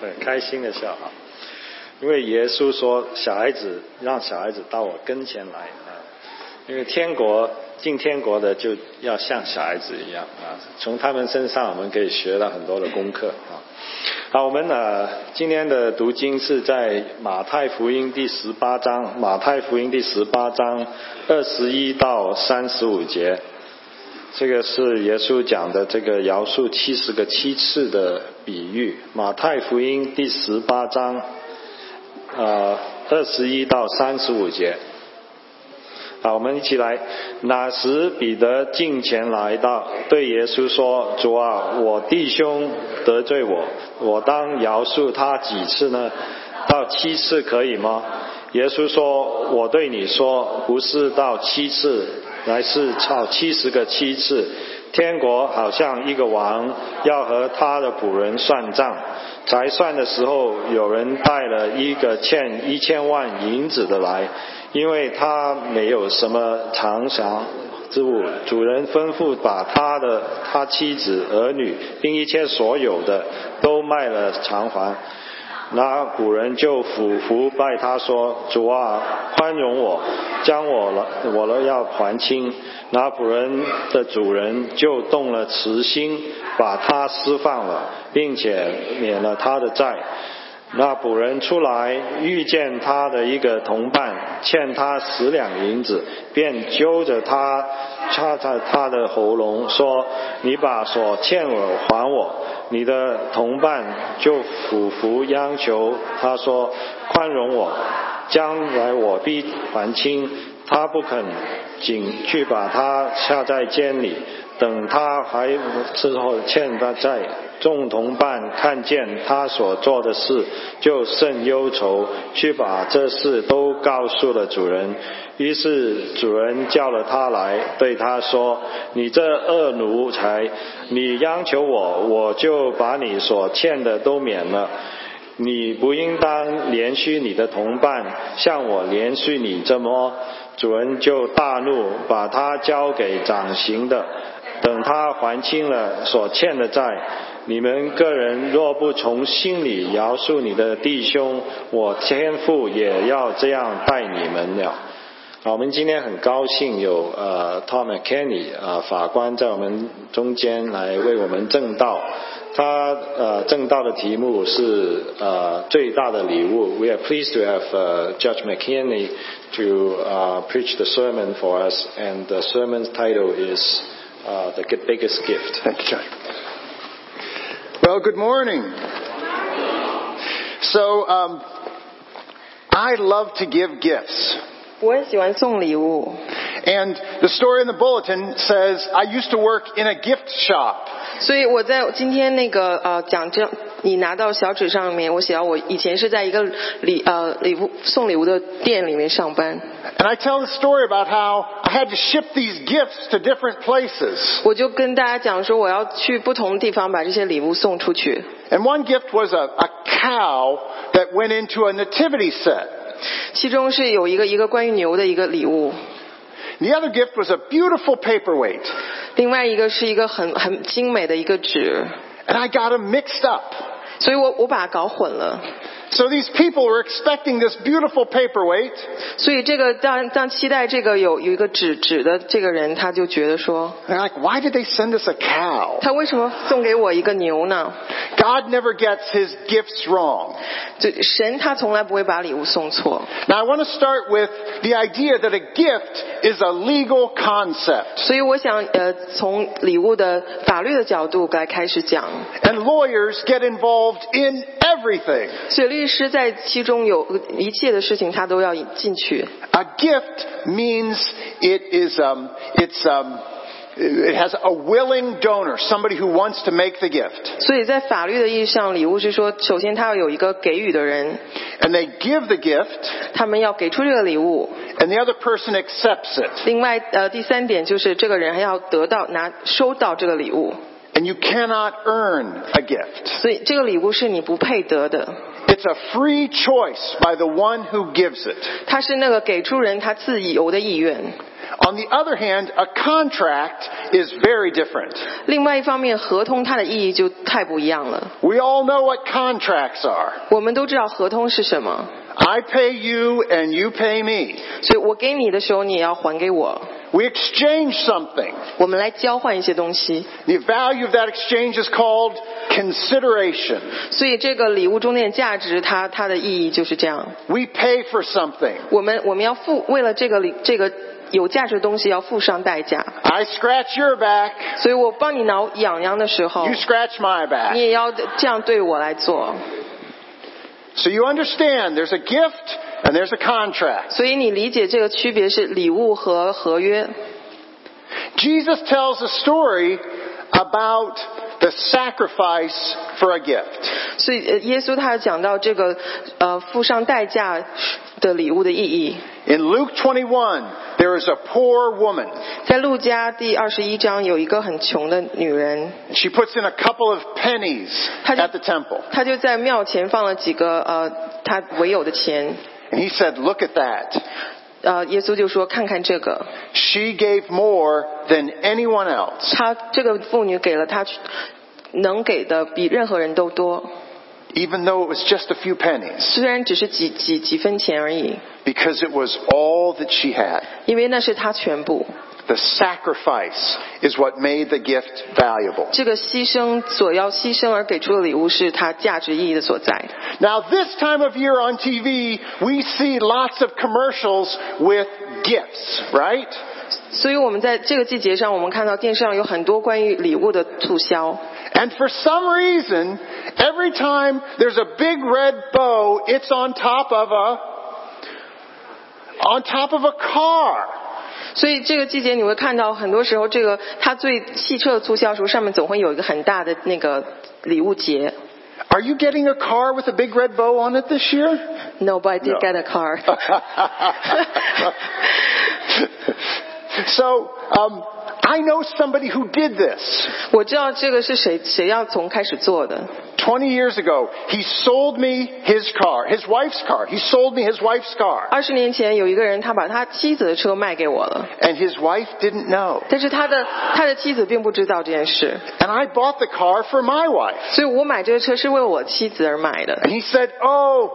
对，开心的笑啊。因为耶稣说，小孩子让小孩子到我跟前来啊，因为天国进天国的就要像小孩子一样啊，从他们身上我们可以学到很多的功课啊。好，我们呢今天的读经是在马太福音第十八章，马太福音第十八章二十一到三十五节。这个是耶稣讲的这个饶恕七十个七次的比喻，马太福音第十八章，呃，二十一到三十五节。好，我们一起来。那时彼得近前来到，对耶稣说：“主啊，我弟兄得罪我，我当饶恕他几次呢？到七次可以吗？”耶稣说：“我对你说，不是到七次，乃是到七十个七次。天国好像一个王要和他的仆人算账，才算的时候，有人带了一个欠一千万银子的来，因为他没有什么常常之物，主人吩咐把他的、他妻子、儿女，并一切所有的都卖了偿还。那古人就俯伏拜他说：“主啊，宽容我，将我了我了要还清。”那仆人的主人就动了慈心，把他释放了，并且免了他的债。那仆人出来遇见他的一个同伴，欠他十两银子，便揪着他，掐着他的喉咙说：“你把所欠我还我。”你的同伴就俯伏央求他说：“宽容我，将来我必还清。”他不肯，仅去把他下在监里，等他还之后欠他债。众同伴看见他所做的事，就甚忧愁，去把这事都告诉了主人。于是主人叫了他来，对他说：“你这恶奴才，你央求我，我就把你所欠的都免了。”你不应当连续你的同伴，像我连续你这么。主人就大怒，把他交给掌刑的，等他还清了所欠的债。你们个人若不从心里饶恕你的弟兄，我天父也要这样待你们了。好，我们今天很高兴有呃 Tom McKenny 呃法官在我们中间来为我们正道。他呃正道的题目是呃最大的礼物。We are pleased to have uh, Judge McKenny to uh, preach the sermon for us, and the sermon's title is uh, the biggest gift. Thank you, Judge. Well, good morning. So, um, I love to give gifts. 我很喜欢送礼物。 And the story in the bulletin says, I used to work in a gift shop. 所以我在今天那个呃讲这，你拿到小纸上面，我写到我以前是在一个礼呃礼物送礼物的店里面上班。 And I tell the story about how I had to ship these gifts to different places. 我就跟大家讲说，我要去不同地方把这些礼物送出去。 And one gift was a, a cow that went into a nativity set. 其中是有一个一个关于牛的一个礼物， The other gift was a beautiful paperweight. 另外一个是一个很很精美的一个纸， And I got them mixed up. 所以我我把它搞混了。 So these people were expecting this beautiful paperweight, 所以这个当当期待这个有有一个纸纸的这个人，他就觉得说， They're like, why did they send us a cow? 他为什么送给我一个牛呢？ God never gets his gifts wrong. 就神他从来不会把礼物送错， Now I want to start with the idea that a gift is a legal concept. 所以我想呃从礼物的法律的角度来开始讲， And lawyers get involved in everything. 所以律师在其中有一切的事情他都要进去， A gift means it is, um, it's, um, it has a willing donor, somebody who wants to make the gift. 所以在法律的意义上，礼物是说首先他要有一个给予的人， And they give the gift, 他们要给出这个礼物， and the other person accepts it. 另外呃第三点就是这个人还要得到拿收到这个礼物。 And you cannot earn a gift. 所以这个礼物是你不配得的， It's a free choice by the one who gives it. 它是那个给出人他自由的意愿。 On the other hand, a contract is very different. 另外一方面，合同它的意义就太不一样了。 We all know what contracts are. 我们都知道合同是什么， I pay you and you pay me. 所以我给你的时候，你也要还给我。 We exchange something. 我们来交换一些东西， The value of that exchange is called consideration. 所以这个礼物中间的价值它，它的意义就是这样。 We pay for something. 我们我们要付为了这个礼这个有价值的东西要付上代价， I scratch your back, 所以我帮你挠痒痒的时候 you，scratch my 你 back. 也要这样对我来做。 So you understand there's a gift and there's a contract. 所以你理解这个区别是礼物和合约。 Jesus tells a story about the sacrifice for a gift. 所以呃耶稣他讲到这个呃付上代价的礼物的意义， In Luke 21, there is a poor woman. 在路加第二十一章有一个很穷的女人， She puts in a couple of pennies How do you- at the temple. 她就在庙前放了几个呃她唯有的钱， And he said, look at that. 呃耶稣就说看看这个， She gave more than anyone else. 她这个妇女给了她能给的比任何人都多， Even though it was just a few pennies. 虽然只是几几几分钱而已， Because it was all that she had. 因为那是她全部。 The sacrifice is what made the gift valuable. 这个牺牲所要牺牲而给出的礼物是它价值意义的所在。 Now, this time of year on TV, we see lots of commercials with gifts, right? 所以我们在这个季节上，我们看到电视上有很多关于礼物的促销。 And for some reason, every time there's a big red bow, it's on top of a on top of a car. 所以这个季节你会看到，很多时候这个它最汽车的促销时候，上面总会有一个很大的那个礼物节。 Are you getting a car with a big red bow on it this year? No, but I did No. get a car. so, um, I know somebody who did this. 我知道这个是谁谁要从开始做的。 20 years ago, he sold me his car, his wife's car. He sold me his wife's car. 二十年前有一个人，他把他妻子的车卖给我了， And his wife didn't know. 但是他的他的妻子并不知道这件事， And I bought the car for my wife. 所以我买这个车是为我妻子而买的。 And he said, Oh,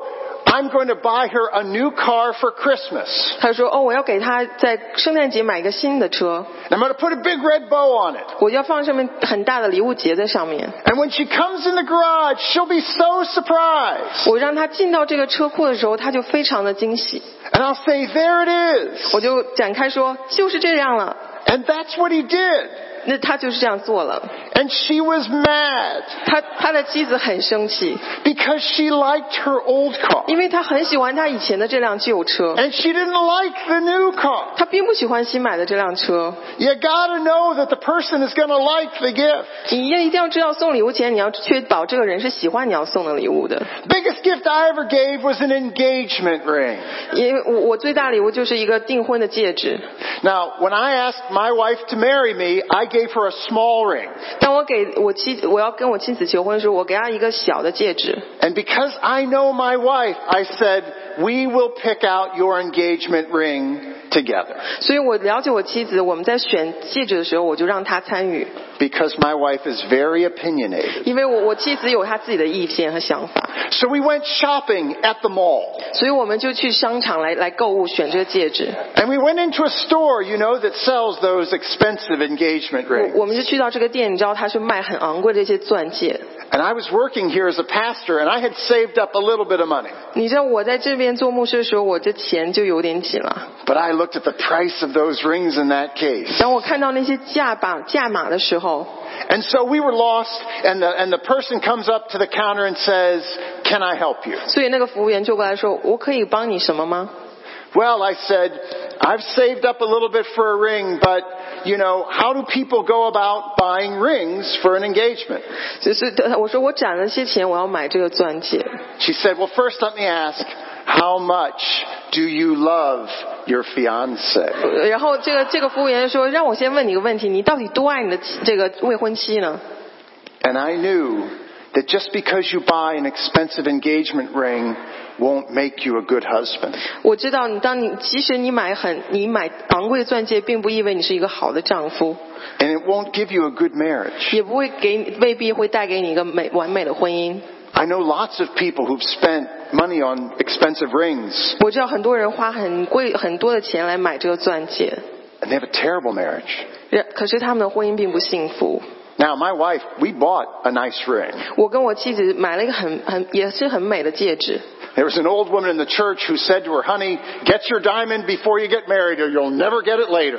I'm going to buy her a new car for Christmas. 他说：“哦，我要给他在圣诞节买一个新的车， And I'm going to put a big red bow on it. 我要放上面很大的礼物节在上面。 And when she comes in the garage, she'll be so surprised. 我让他进到这个车库的时候，他就非常的惊喜。 And I'll say, There it is. 我就展开说，就是这样了。 And that's what he did. 那他就是这样做了。 And she was mad 他他的妻子很生气， because she liked her old car. 因为他很喜欢他以前的这辆旧车， And she didn't like the new car. 他并不喜欢新买的这辆车。 You gotta know that the person is gonna like the gift. 你要一定要知道，送礼物前你要确保这个人是喜欢你要送的礼物的。 Biggest gift I ever gave was an engagement ring. 因为我我最大礼物就是一个订婚的戒指。 Now, when I asked my wife to marry me, I gave her a small ring. 当我给我妻我要跟我妻子求婚的时候，我给她一个小的戒指， And because I know my wife, I said, we will pick out your engagement ring together. 所以我了解我妻子。我们在选戒指的时候，我就让她参与， Because my wife is very opinionated. 因为我我妻子有她自己的意见和想法， So we went shopping at the mall. 所以我们就去商场来来购物选这个戒指。 And we went into a store, you know, that sells those expensive engagement rings. 我们就去到这个店，你知道它是卖很昂贵的这些钻戒。 And I was working here as a pastor, and I had saved up a little bit of money. 你知道我在这边做牧师的时候，我这钱就有点紧了。 But I looked at the price of those rings in that case. 当我看到那些价榜价码的时候， And so we were lost, and the, and the person comes up to the counter and says, Can I help you? 所以那个服务员就过来说：“我可以帮你什么吗？” Well, I said, I've saved up a little bit for a ring, but, you know, how do people go about buying rings for an engagement? 就是我说我攒了些钱，我要买这个钻戒。 She said, Well, first let me ask, how much do you love your fiance? 呃然后这个这个服务员说：“让我先问你一个问题，你到底多爱你的妻这个未婚妻呢 And I knew that just because you buy an expensive engagement ring won't make you a good husband. 我知道你，当你即使你买很你买昂贵的钻戒，并不意味你是一个好的丈夫， And it won't give you a good marriage. 也不会给你未必会带给你一个美完美的婚姻。 I know lots of people who've spent money on expensive rings 我知道很多人花很贵很多的钱来买这个钻戒， and they have a terrible marriage. 然可是他们的婚姻并不幸福。 Now, my wife, we bought a nice ring. 我跟我妻子买了一个很很也是很美的戒指， There was an old woman in the church who said to her, honey, get your diamond before you get married or you'll never get it later.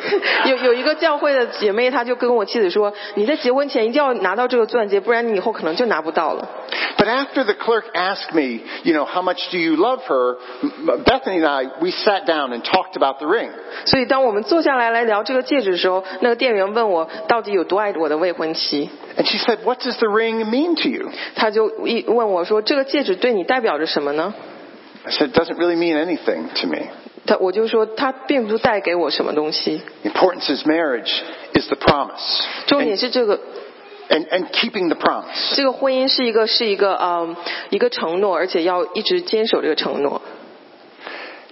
有有一个教会的姐妹，她就跟我妻子说：“你在结婚前一定要拿到这个钻戒，不然你以后可能就拿不到了。 But after the clerk asked me, you know, how much do you love her, M- Bethany and I, we sat down and talked about the ring. ”所以当我们坐下来来聊这个戒指的时候，那个店员问我到底有多爱我的未婚妻， And she said, what does the ring mean to you? 他就一问我说：“这个戒指对你代表着什么呢 I said, it doesn't really mean anything to me.？” 他我就说它并不带给我什么东西， The importance is marriage is the promise 重点是这个 and, and keeping the promise. 这个婚姻是一个是一个嗯一个承诺，而且要一直坚守这个承诺。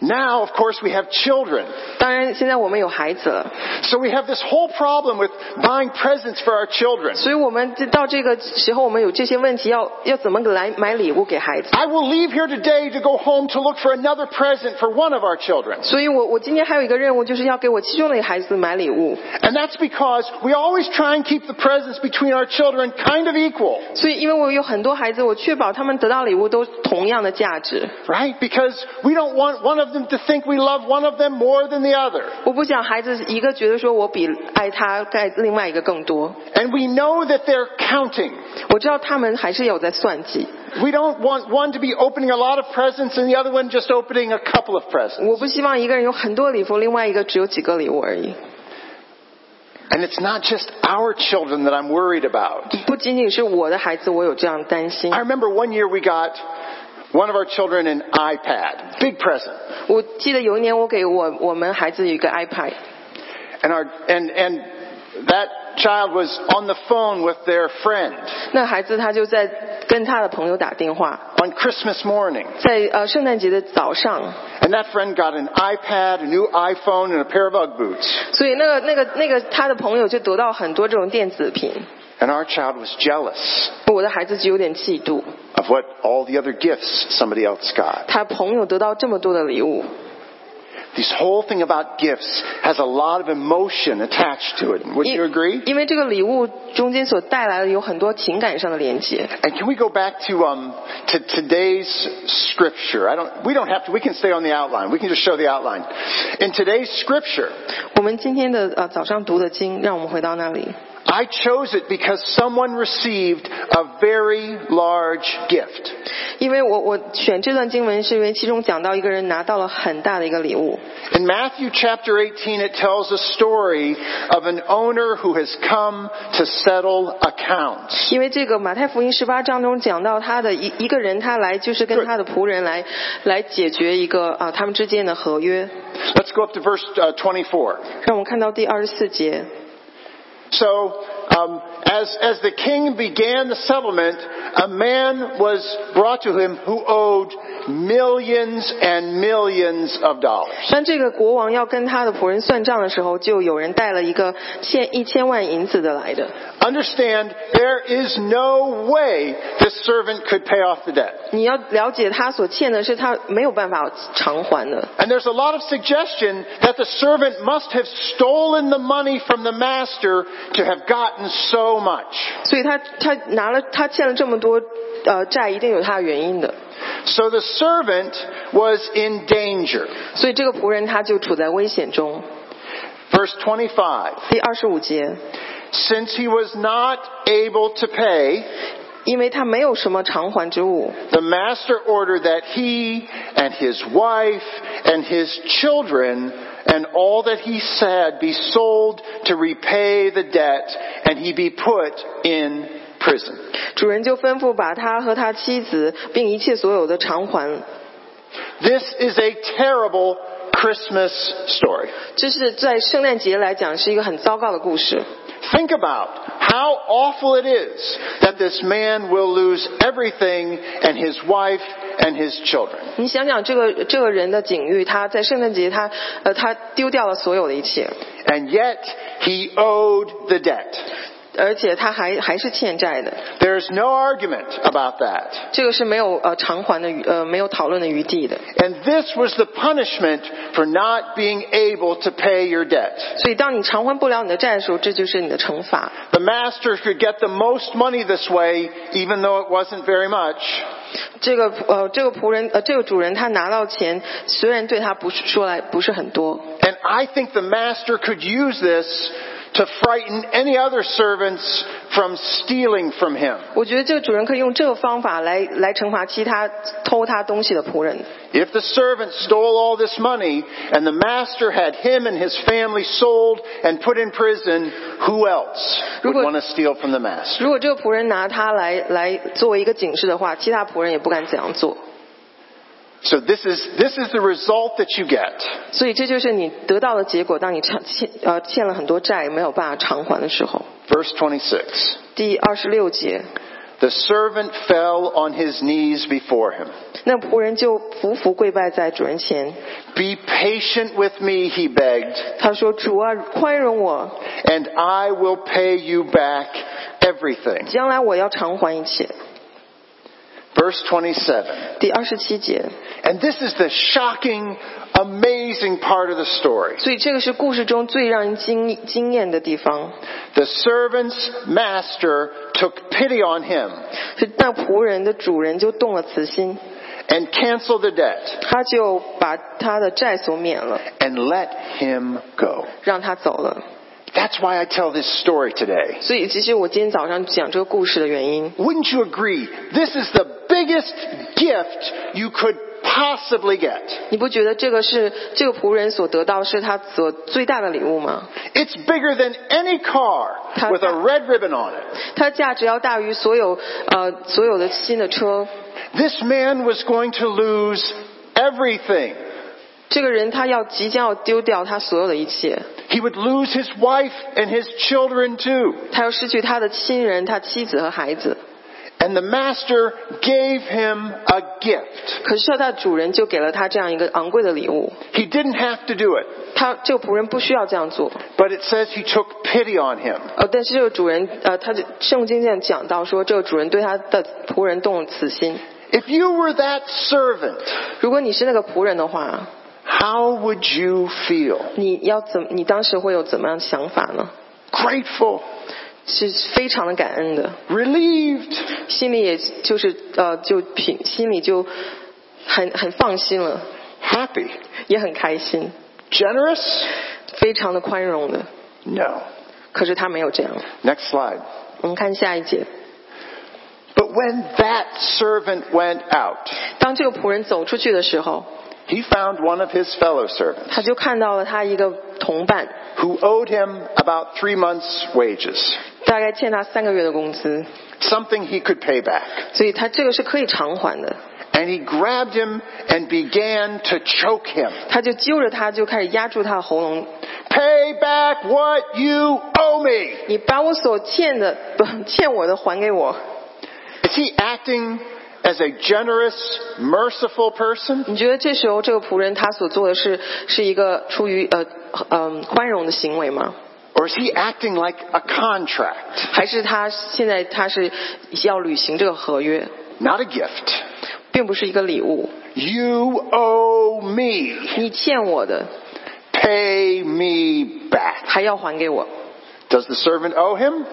Now, of course, we have children. 当然，现在我们有孩子了， So we have this whole problem with buying presents for our children. 所以我们这到这个时候，我们有这些问题要要怎么来买礼物给孩子？ I will leave here today to go home to look for another present for one of our children. 所以我我今天还有一个任务，就是要给我其中的一个孩子买礼物。 And that's because we always try and keep the presents between our children kind of equal, 所以，因为我有很多孩子，我确保他们得到礼物都同样的价值。 right? Because we don't want one of them to think we love one of them more than the other. 我不想孩子一个觉得说我比爱他爱另外一个更多。 And we know that they're counting. 我知道他们还是有在算计。 We don't want one to be opening a lot of presents and the other one just opening a couple of presents. 我不希望一个人有很多礼物，另外一个只有几个礼物而已。 And it's not just our children that I'm worried about. 不仅仅是我的孩子，我有这样担心 I。remember one year we got one of our children an iPad, big present. 我记得有一年，我给我我们孩子一个 iPad。 And our and and that child was on the phone with their friend 那孩子他就在跟他的朋友打电话， on Christmas morning. 在呃圣诞节的早上， And that friend got an iPad, a new iPhone, and a pair of Ugg boots. 所以那个那个那个他的朋友就得到很多这种电子品。 And our child was jealous 我的孩子就有点嫉妒， of what all the other gifts somebody else got. 他朋友得到这么多的礼物， This whole thing about gifts has a lot of emotion attached to it. Would 因 you agree? 因为这个礼物中间所带来的有很多情感上的连接。 And can we go back to um, to today's scripture? I don't. We don't have to. We can stay on the outline. We can just show the outline. In today's scripture, 我们今天的呃早上读的经，让我们回到那里。 I chose it because someone received a very large gift. 因为我我选这段经文是因为其中讲到一个人拿到了很大的一个礼物， In Matthew chapter 18, it tells a story of an owner who has come to settle accounts. 因为这个马太福音十八章中讲到他的一一个人，他来就是跟他的仆人来来解决一个啊他们之间的合约。 Let's go up to verse uh, 24. 让我们看到第二十四节， So, um, as, as the king began the settlement, a man was brought to him who owed millions and millions of dollars. 当这个国王要跟他的仆人算账的时候，就有人带了一个欠一千万银子的来的。 Understand, there is no way this servant could pay off the debt. 你要了解他所欠的是他没有办法偿还的。 And there's a lot of suggestion that the servant must have stolen the money from the master to have gotten so much. 所以他他拿了他欠了这么多呃债，一定有他的原因的。 So the servant was in danger. 所以这个仆人他就处在危险中。 Verse 25. 第二十五节， Since he was not able to pay, 因为他没有什么偿还之物， the master ordered that he and his wife and his children and all that he said be sold to repay the debt and he be put in prison. 主人就吩咐把他和他妻子并一切所有的偿还。 This is a terrible Christmas story. 这是在圣诞节来讲是一个很糟糕的故事。 Think about how awful it is that this man will lose everything and his wife and his children. 你想想这个这个人的境遇，他在圣诞节他呃他丢掉了所有的一切， And yet, he owed the debt. 而且他还还是欠债的， There's no argument about that. 这个是没有呃偿还的余呃没有讨论的余地的。 And this was the punishment for not being able to pay your debt. 所以当你偿还不了你的债的时候，这就是你的惩罚。 The master could get the most money this way, even though it wasn't very much. 这个呃这个仆人呃这个主人他拿到钱，虽然对他不是说来不是很多， And I think the master could use this to frighten any other servants from stealing from him. 我觉得这个主人可以用这个方法来来惩罚其他偷他东西的仆人。 If the servant stole all this money and the master had him and his family sold and put in prison, who else would 如果- want to steal from the master? 如果这个仆人拿他来来作为一个警示的话，其他仆人也不敢怎样做。 So this is, this is the result that you get. 所以这就是你得到的结果。当你偿欠呃欠了很多债，没有办法偿还的时候， Verse 26. 第二十六节， The servant fell on his knees before him. 那仆人就匍匐跪拜在主人前， Be patient with me, he begged, 他说：“主啊，宽容我， and I will pay you back everything. 将来我要偿还一切。 Verse 27. ”第二十七节， And this is the shocking, amazing part of the story. 所以这个是故事中最让人惊惊艳的地方， The servant's master took pity on him 是那仆人的主人就动了慈心， and canceled the debt 他就把他的债所免了， and let him go. 让他走了。 That's why I tell this story today. 所以，这是我今天早上讲这个故事的原因。 Wouldn't you agree? This is the biggest gift you could possibly get. 你不觉得这个是这个仆人所得到是他所最大的礼物吗？ It's bigger than any car with a red ribbon on it. 它价值要大于所有呃所有的新的车。 This man was going to lose everything. 这个人他要即将要丢掉他所有的一切， He would lose his wife and his children too. 他要失去他的亲人、他妻子和孩子。 And the master gave him a gift. 可是他的主人就给了他这样一个昂贵的礼物， He didn't have to do it, 他这个仆人不需要这样做。 but it says he took pity on him. 呃，但是这个主人呃，他的圣经上讲到说，这个主人对他的仆人动了慈心。 If you were that servant, 如果你是那个仆人的话， how would you feel? 你要怎你当时会有怎么样的想法呢？ Grateful, 是非常的感恩的， relieved, 心里也就是呃，就平心里就很很放心了， happy, 也很开心， generous? 非常的宽容的。 No. 可是他没有这样。 Next slide. 我们看下一节， But when that servant went out, 当这个仆人走出去的时候， he found one of his fellow servants 他就看到了他一个同伴， who owed him about three months' wages, 大概欠他三个月的工资， something he could pay back. 所以他这个是可以偿还的。 And he grabbed him and began to choke him. 他就揪着他，就开始压住他的喉咙， Pay back what you owe me. 你把我所欠的不欠我的还给我。 Is he acting as a generous, merciful person? 你觉得这时候这个仆人他所做的是是一个出于呃嗯、宽容的行为吗？ Or is he acting like a contract, 还是他现在他是要履行这个合约， not a gift? 并不是一个礼物？ You owe me. 你欠我的 Pay me back. 还要还给我。 Does the servant owe him?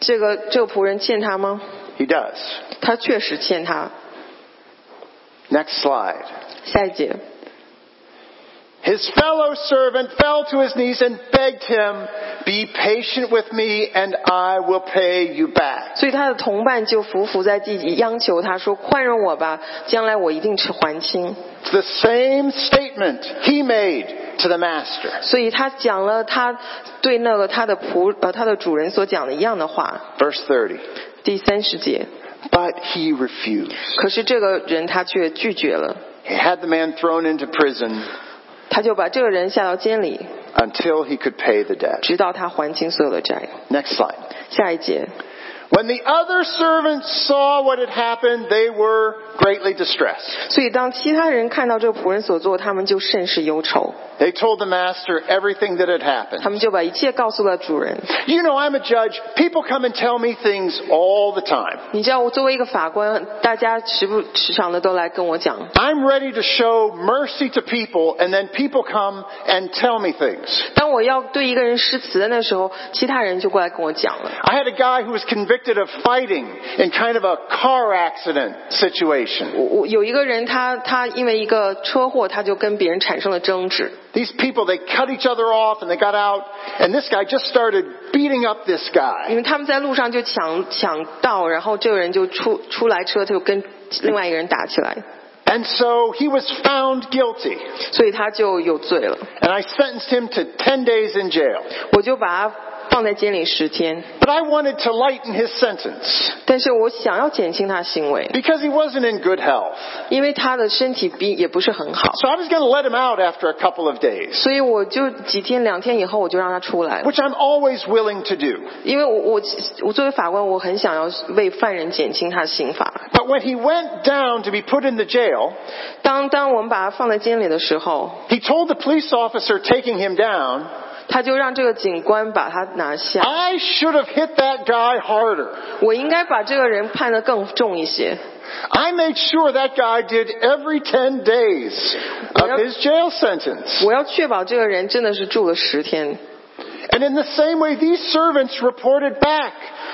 这个这个仆人欠他吗？ He does. 他确实欠他。 Next slide. 下一节， His fellow servant fell to his knees and begged him, Be patient with me and I will pay you back. 所以他的同伴就匍匐在地央求他说：“宽容我吧，将来我一定还清。” It's the same statement he made to the master. 所以他讲了他对那个他的仆呃他的主人所讲的一样的话。 Verse 30. 第三十节， But he refused. 可是这个人他却拒绝了， He had the man thrown into prison 他就把这个人下到监里， until he could pay the debt. 直到他还清所有的债。 Next slide. 下一节， When the other servants saw what had happened, they were greatly distressed. 所以当其他人看到这个仆人所做，他们就甚是忧愁， They told the master everything that had 他 happened. 们就把一切告诉了主人。 You know, I'm a judge. People come and tell me things all the time. 你知道，我作为一个法官，大家时不时常的都来跟我讲， I'm ready to show mercy to people, and then people come and tell me things. 当我要对一个人施词的那时候，其他人就过来跟我讲了。 I had a guy who was convicted of fighting in kind of a car accident situation. 我有一个人他，他因为一个车祸，他就跟别人产生了争执。 These people, they cut each other off and they got out, and this guy just started beating up this 因 guy. 为他们在路上就抢抢道，然后这个人就出出来车，他就跟另外一个人打起来， And so he was found guilty, 所以他就有罪了。 and I sentenced him to 10 days in jail. 我就把他放在监里十天， But I wanted to lighten his sentence 但是我想要减轻他的行为， because he wasn't in good health. 因为他的身体比也不是很好， So I was going to let him out after a couple of days, 所以我就几天两天以后我就让他出来了， which I'm always willing to do. 因为我我我作为法官，我很想要为犯人减轻他的刑罚。 But when he went down to be put in the jail, 当当我们把他放在监里的时候， he told the police officer taking him down, 他就让这个警官把他拿下。 I should have hit that guy harder. 我应该把这个人判得更重一些。 I made sure that guy did every 10 days of his jail sentence. 我要确保这个人真的是住了十天。 And in the same way, these servants reported back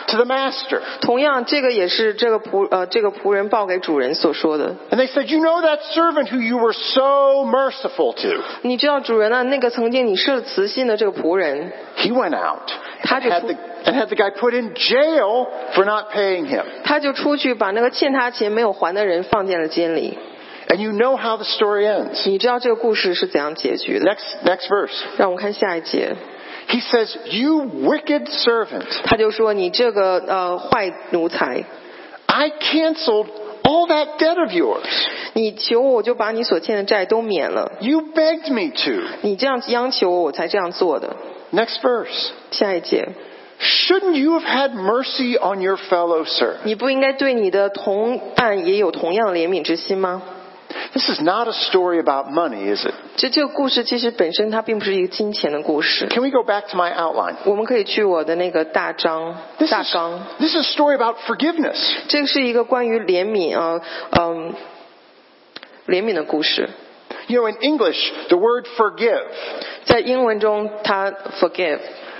to the master. 同样，这个也是这个仆呃这个仆人报给主人所说的。 And they said, You know that servant who you were so merciful to? 你知道主人啊，那个曾经你设了慈心的这个仆人， He went out How and did had, who- the, and had the guy put in jail for not paying him. 他就出去把那个欠他钱没有还的人放进了监里。 And you know how the story ends. 你知道这个故事是怎样结局的？ Next, next verse. 让我们看下一节。 He says, You wicked servant, 他就说：“你这个呃坏奴才， I canceled all that debt of yours. 你求我我就把你所欠的债都免了。 You begged me to. 你这样央求我，我才这样做的。 Next verse. ”下一节， Shouldn't you have had mercy on your fellow servant? 你不应该对你的同伴也有同样的怜悯之心吗？ This is not a story about money, is it? 这这个故事其实本身它并不是一个金钱的故事。 Can we go back to my outline? 我们可以去我的那个大章 This 大 is, 纲， this is a story about forgiveness. 这个是一个关于怜悯啊，嗯，怜悯的故事。 You know, in English, the word forgive, 在英文中，它 forgive，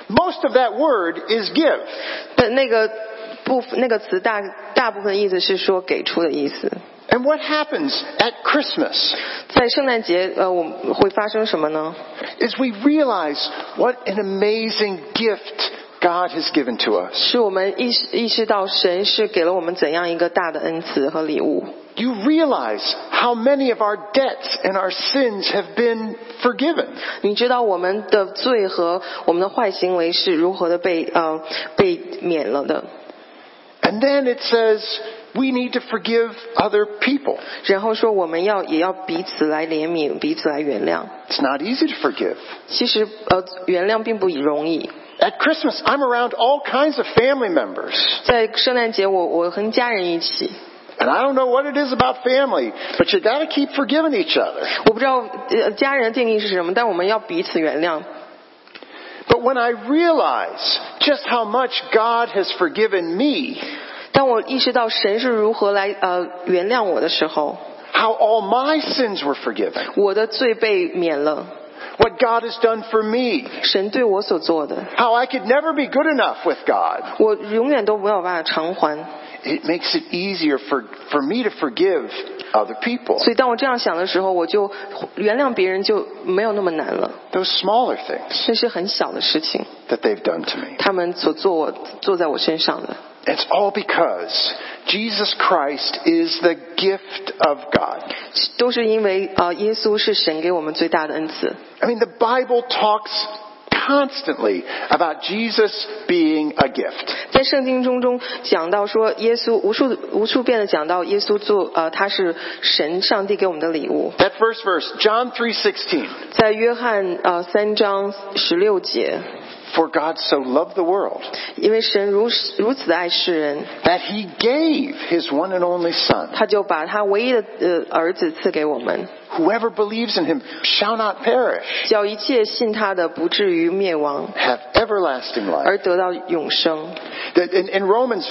most of that word is give. 但呃那个部那个词大大部分意思是说给出的意思。 And what happens at Christmas 在圣诞节，呃，我们会发生什么呢？ is we realize what an amazing gift God has given to us. 是我们意识意识到神是给了我们怎样一个大的恩赐和礼物。 You realize how many of our debts and our sins have been forgiven. 你知道我们的罪和我们的坏行为是如何的被呃被免了的。 And then it says we need to forgive other people. 然后说我们要也要彼此来怜悯，彼此来原谅。 It's not easy to forgive. 其实呃原谅并不容易。 At Christmas, I'm around all kinds of family members. 在圣诞节我我和家人一起， And I don't know what it is about family, but you gotta keep forgiving each other. 我不知道呃家人的定义是什么，但我们要彼此原谅。 But when I realize just how much God has forgiven me, 当我意识到神是如何来呃原谅我的时候， how all my sins were forgiven, 我的罪被免了。 what God has done for me, 神对我所做的， how I could never be good enough with God, 我永远都没有办法偿还。 it makes it easier for, for me to forgive other people. 所以当我这样想的时候，我就原谅别人就没有那么难了。 Those smaller things 这是很小的事情， that they've done to me. 他们所做我做在我身上的， It's all because Jesus Christ is the gift of God. 都是因为呃，耶稣是神给我们最大的恩赐。 I mean, the Bible talks constantly about Jesus being a gift. 在圣经中中讲到说，耶稣无数无数遍的讲到耶稣做呃，他是神上帝给我们的礼物。 That first verse, John 3:16, 在约翰呃三章十六节， for God so loved the world 因为神如如此的爱世人， that he gave his one and only son. 他就把他唯一的呃儿子赐给我们， Whoever believes in him shall not perish, 叫一切信他的不至于灭亡， have everlasting life. 而得到永生。 That- In, in Romans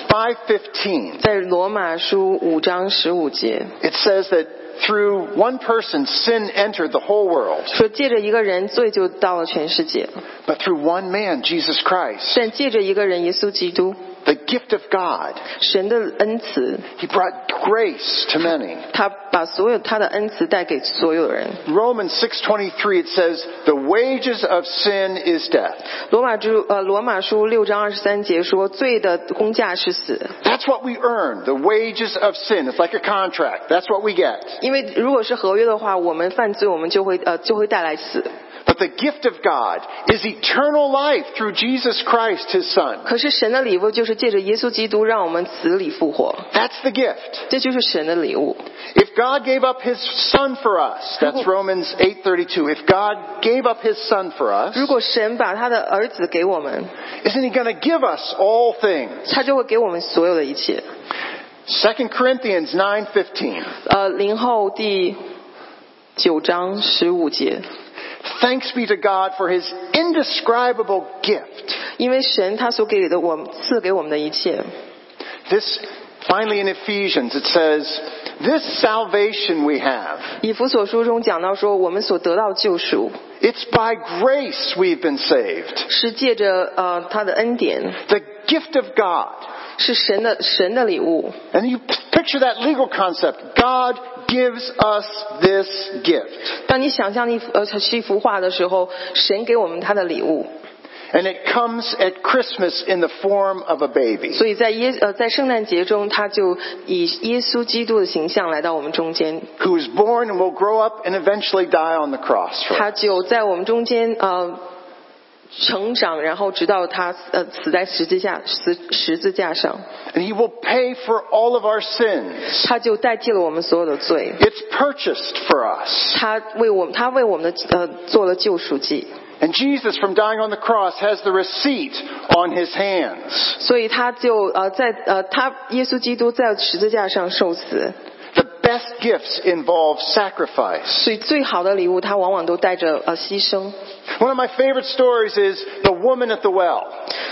5:15, 在罗马书五章十五节 it says that through one person sin entered the whole world, 说，借着一个人罪就到了全世界， but through one man, Jesus Christ, 但借着一个人耶稣基督， the gift of God, 神的恩慈， he brought grace to many. 他把所有他的恩慈带给所有人。 Romans 6:23 it says the wages of sin is death. 罗马之呃罗马书六章二十三节说，罪的工价是死。 That's what we earn, the wages of sin. It's like a contract. That's what we get. 因为如果是合约的话，我们犯罪，我们就会呃就会带来死。 But the gift of God is eternal life through Jesus Christ his son. 可是神的礼物就是借着耶稣基督让我们死里复活， That's the gift. 这就是神的礼物。 If God gave up his son for us, that's Romans 8:32. If God gave up his son for us, 如果神把他的儿子给我们， isn't he going to give us all things? 他就会给我们所有的一切。 2 Corinthians 9:15. 呃，零后第九章十五节， Thanks be to God for his indescribable gift. 因为神他所给的我们赐给我们的一切， This finally in Ephesians it says, this salvation we have, 以弗所书中讲到说，我们所得到救赎 it's by grace we've been saved. 是借着呃他的恩典， The gift of God. 是神的神的礼物。 And you p- picture that legal concept. God gives us this gift. 当你想象一幅呃是一幅画的时候，神给我们他的礼物， And it comes at Christmas in the form of a baby. 所以在耶呃在圣诞节中，他就以耶稣基督的形象来到我们中间， Who is born and will grow up and eventually die on the cross. For us. 他就在我们中间呃成长，然后直到他呃死在十字架十十字架上， And he will pay for all of our sins. 他就代替了我们所有的罪， It's purchased for us. 他为我们他为我们的呃做了救赎祭， And Jesus, from dying on the cross, has the receipt on his hands. 所以他就呃在呃他耶稣基督在十字架上受死， The best gifts involve sacrifice. 所以最好的礼物他往往都带着呃牺牲。 One of my favorite stories is the woman at the well.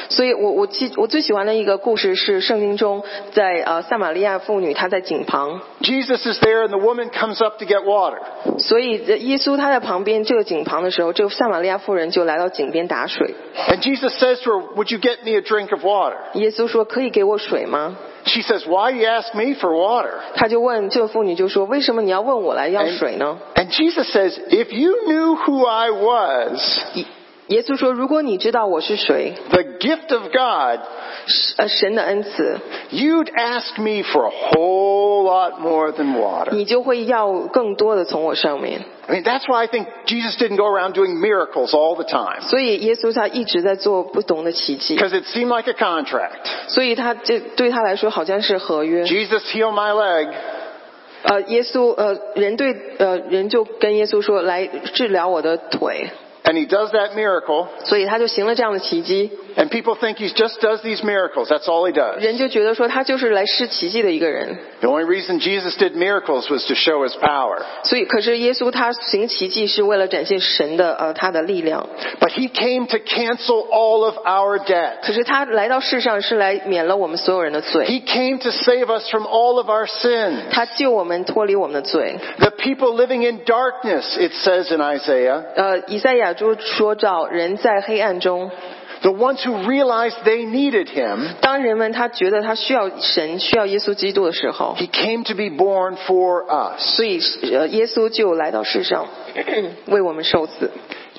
所以我我记我最喜欢的一个故事是圣经中在呃撒玛利亚妇女她在井旁， Jesus is there and the woman comes up to get water. 所以呃耶稣他在旁边这个井旁的时候，这个撒玛利亚妇人就来到井边打水。 And Jesus says to her, would you get me a drink of water? 耶稣说：“可以给我水吗 She says, why do you ask me for water?？” 他就问这个妇女就说：“为什么你要问我来要水呢 And Jesus says, if you knew who I was, 耶？”耶稣说：“如果你知道我是谁， the gift of God, 是呃神的恩赐， you'd ask me for a whole lot more than water. 你就会要更多的从我上面。 I mean, that's why I think Jesus didn't go around doing miracles all the time. ”所以耶稣他一直在做不同的奇迹， Because it seemed like a contract. 所以他这对他来说好像是合约。 Jesus, heal my leg. 呃，耶稣呃，人对呃人就跟耶稣说来治疗我的腿， And he does that miracle. 所以他就行了这样的奇迹。 And people think he just does these miracles. That's all he does. 人就觉得说他就是来施奇迹的一个人， The only reason Jesus did miracles was to show his power. 所以可是耶稣他行奇迹是为了展现神的呃他的力量， But he came to cancel all of our debt. 可是他来到世上是来免了我们所有人的罪， He came to save us from all of our sin. 他救我们脱离我们的罪。 The people living in darkness, it says in Isaiah, 呃，以赛亚就说到人在黑暗中， the ones who realized they needed him, 当人们他觉得他需要神需要耶稣基督的时候， he came to be born for us. 所以呃耶稣就来到世上为我们受死。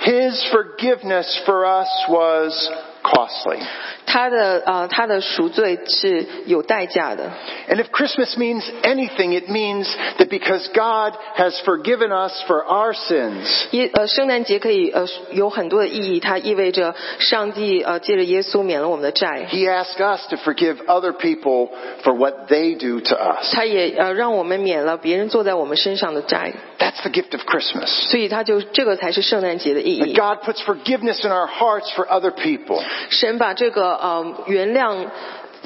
His forgiveness for us was costly. 他的呃他的赎罪是有代价的。 And if Christmas means anything, it means that because God has forgiven us for our sins, 耶呃圣诞节可以呃有很多的意义，它意味着上帝呃借着耶稣免了我们的债， He asks us to forgive other people for what they do to us. 他也呃让我们免了别人坐在我们身上的债， That's the gift of Christmas. 所以他就这个才是圣诞节的意 That 义。 God puts forgiveness in our hearts for other people. 神把这个呃原谅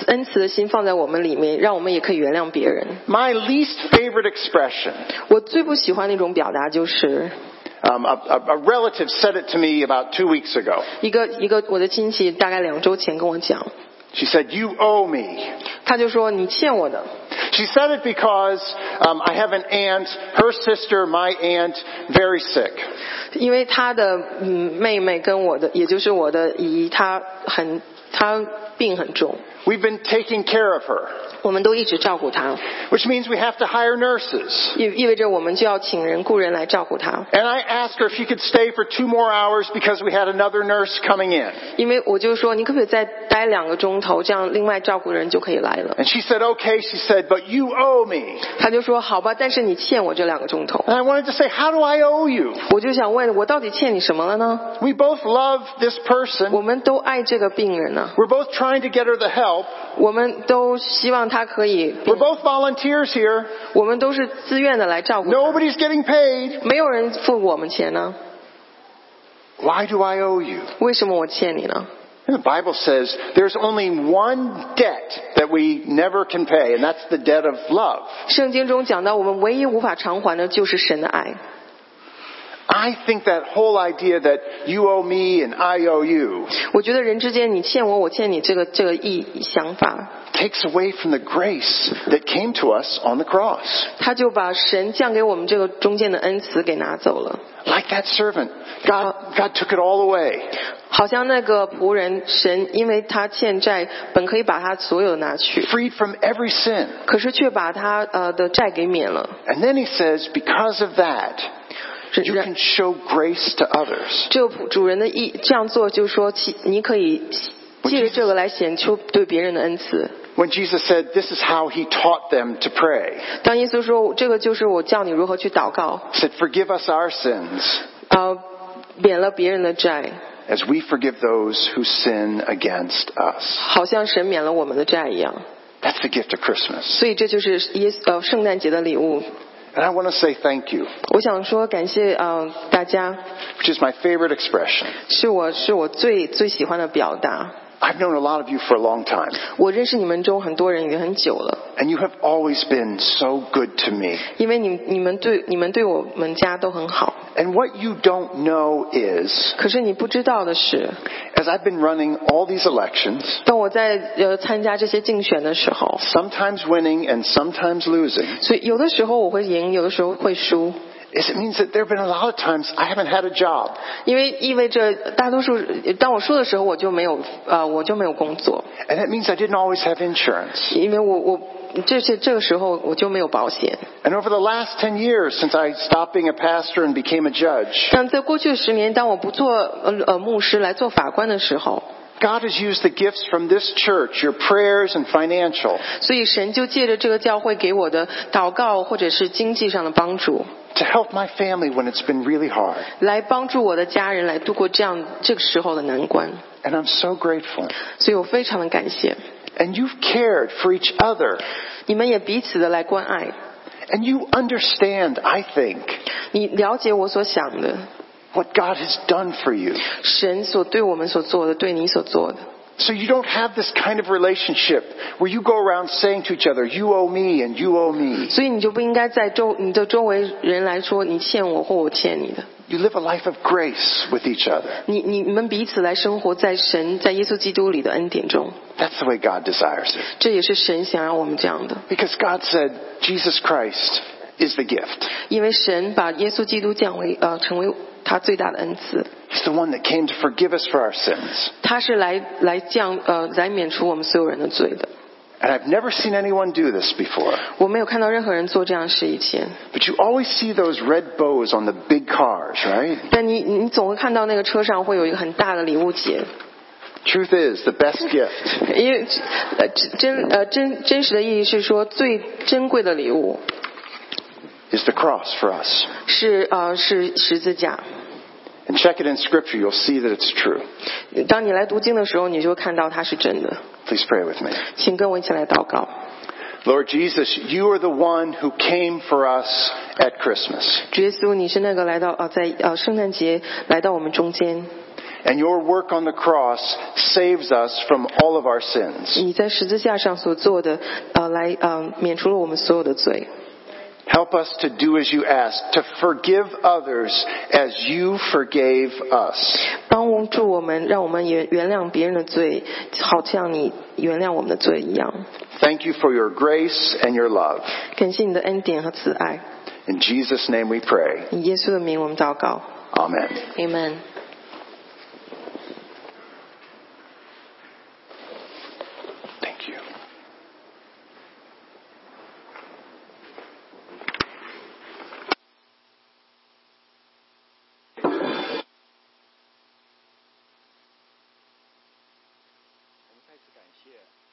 恩慈的心放在我们里面，让我们也可以原谅别人。 My least favorite expression, 我最不喜欢那种表达，就是 um, a, a- a relative said it to me about two weeks ago. 一个一个我的亲戚大概两周前跟我讲， She said, You owe me. 他就说你欠我的。 She said it because um, I have an aunt, her sister, my aunt, very sick. 因为他的嗯妹妹跟我的，也就是我的姨，她很她病很重， We've been taking care of her, 我们都一直照顾她， which means we have to hire nurses. 意意味着我们就要请人雇人来照顾她。 And I asked her if she could stay for two more hours because we had another nurse coming in. 因为我就说你可不可以再待两个钟头，这样另外照顾的人就可以来了。 And she said, okay, she said, but you owe me. 他就说好吧，但是你欠我这两个钟头。 And I wanted to say, how do I owe you? 我就想问，我到底欠你什么了呢？ We both love this 我 person. 们都爱这个病人啊呢、 We're both trying to get her the help. 我们都希望他可以， We're both volunteers here. 我们都是自愿的来照顾她， Nobody's getting paid. 没有人付我们钱呢， Why do I owe you? 为什么我欠你呢？ And the Bible says there's only one debt that we never can pay, and that's the debt of love. 圣经中讲到，我们唯一无法偿还的就是神的爱。 I think that whole idea that you owe me and I owe you 我觉得人之间，你欠我，我欠你，这个这个意想法， takes away from the grace that came to us on the cross. 他就把神降给我们这个中间的恩慈给拿走了， Like that servant, God, God took it all away. 好像那个仆人，神因为他欠债，本可以把他所有拿去， freed from every sin. 可是却把他呃的债给免了。 And then he says, because of that, you 然 can show grace to others. 这个仆主人的意这样做，就是说，其你可以借着这个来显出对别人的恩慈。 When Jesus said, this is how he taught them to pray, 当耶稣说这个就是我教你如何去祷告， he said, forgive us our sins 呃，免了别人的债， as we forgive those who sin against us. 好像神免了我们的债一样。 That's the gift of Christmas. 所以这就是耶稣呃圣诞节的礼物。 And I want to say thank you, 我想说感谢呃大家， which is my favorite expression. 是我是我最最喜欢的表达。 I've known a lot of you for a long time, 我认识你们中很多人已经很久了， and you have always been so good to me. 因为你你们对你们对我们家都很好。 And what you don't know is, 可是你不知道的是， as I've been running all these elections, 当我在呃参加这些竞选的时候， sometimes winning and sometimes losing, 所以有的时候我会赢，有的时候会输， is it means that there have been a lot of times I haven't had a job. 因为意味着大多数当我输的时候，我就没有呃我就没有工作， And that means I didn't always have insurance. 因为我我这是这个时候我就没有保险。 And over the last 10 years since I stopped being a pastor and became a judge, 但在过去十年，当我不做呃呃牧师来做法官的时候， God has used the gifts from this church, your prayers and financial, 所以神就借着这个教会给我的祷告或者是经济上的帮助， to help my family when it's been really hard. 来帮助我的家人来度过这样这个时候的难关。 And I'm so grateful. 所以我非常的感谢 And you've cared for each other. 你们，也彼此的来关爱。 And you understand, I think, 你了解我所想的， what God has done for you. 神所对我们所做的，对你所做的。 So you don't have this kind of relationship where you go around saying to each other, you owe me and you owe me. 所以你就不应该在周你的周围人来说你欠我或我欠你的。 You live a life of grace with each other. 你你你们彼此来生活在神在耶稣基督里的恩典中。 That's the way God desires it. 这也是神想让我们这样的， Because God said, Jesus Christ is the gift. 因为神把耶稣基督降为呃成为他最大的恩赐， He's the one that came to forgive us for our sins. 他是来来降呃来免除我们所有人的罪的。 And I've never seen anyone do this before. 我没有看到任何人做这样的事以前， But you always see those red bows on the big cars, right? 但你你总会看到那个车上会有一个很大的礼物节， Truth is, the best gift 因为呃真呃真真实的意义是说，最珍贵的礼物 is the cross for us. 是呃是十字架。 And check it in Scripture, you'll see that it's true. 当你来读经的时候，你就看到它是真的。 Please pray with me. 请跟我一起来祷告， Lord Jesus, you are the one who came for us at Christmas. 主耶稣，你是那个来到呃在呃圣诞节来到我们中间， And your work on the cross saves us from all of our sins. 你在十字架上所做的呃来呃免除了我们所有的罪。 Help us to do as you asked, to forgive others as you forgave us. 帮助我们，让我们也原谅别人的罪，好像你原谅我们的罪一样。 Thank you for your grace and your love. 感谢你的恩典和慈爱， In Jesus' name we pray. 以耶稣的名我们祷告 Amen. ，Amen。 Thank you. ，Amen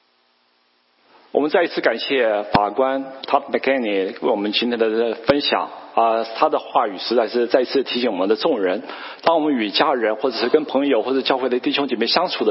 我们再一次感谢法官 Top McKinney 为我们今天的分享啊、他的话语实在是再一次提醒我们的众人，当我们与家人或者是跟朋友或者教会的弟兄姐妹相处的。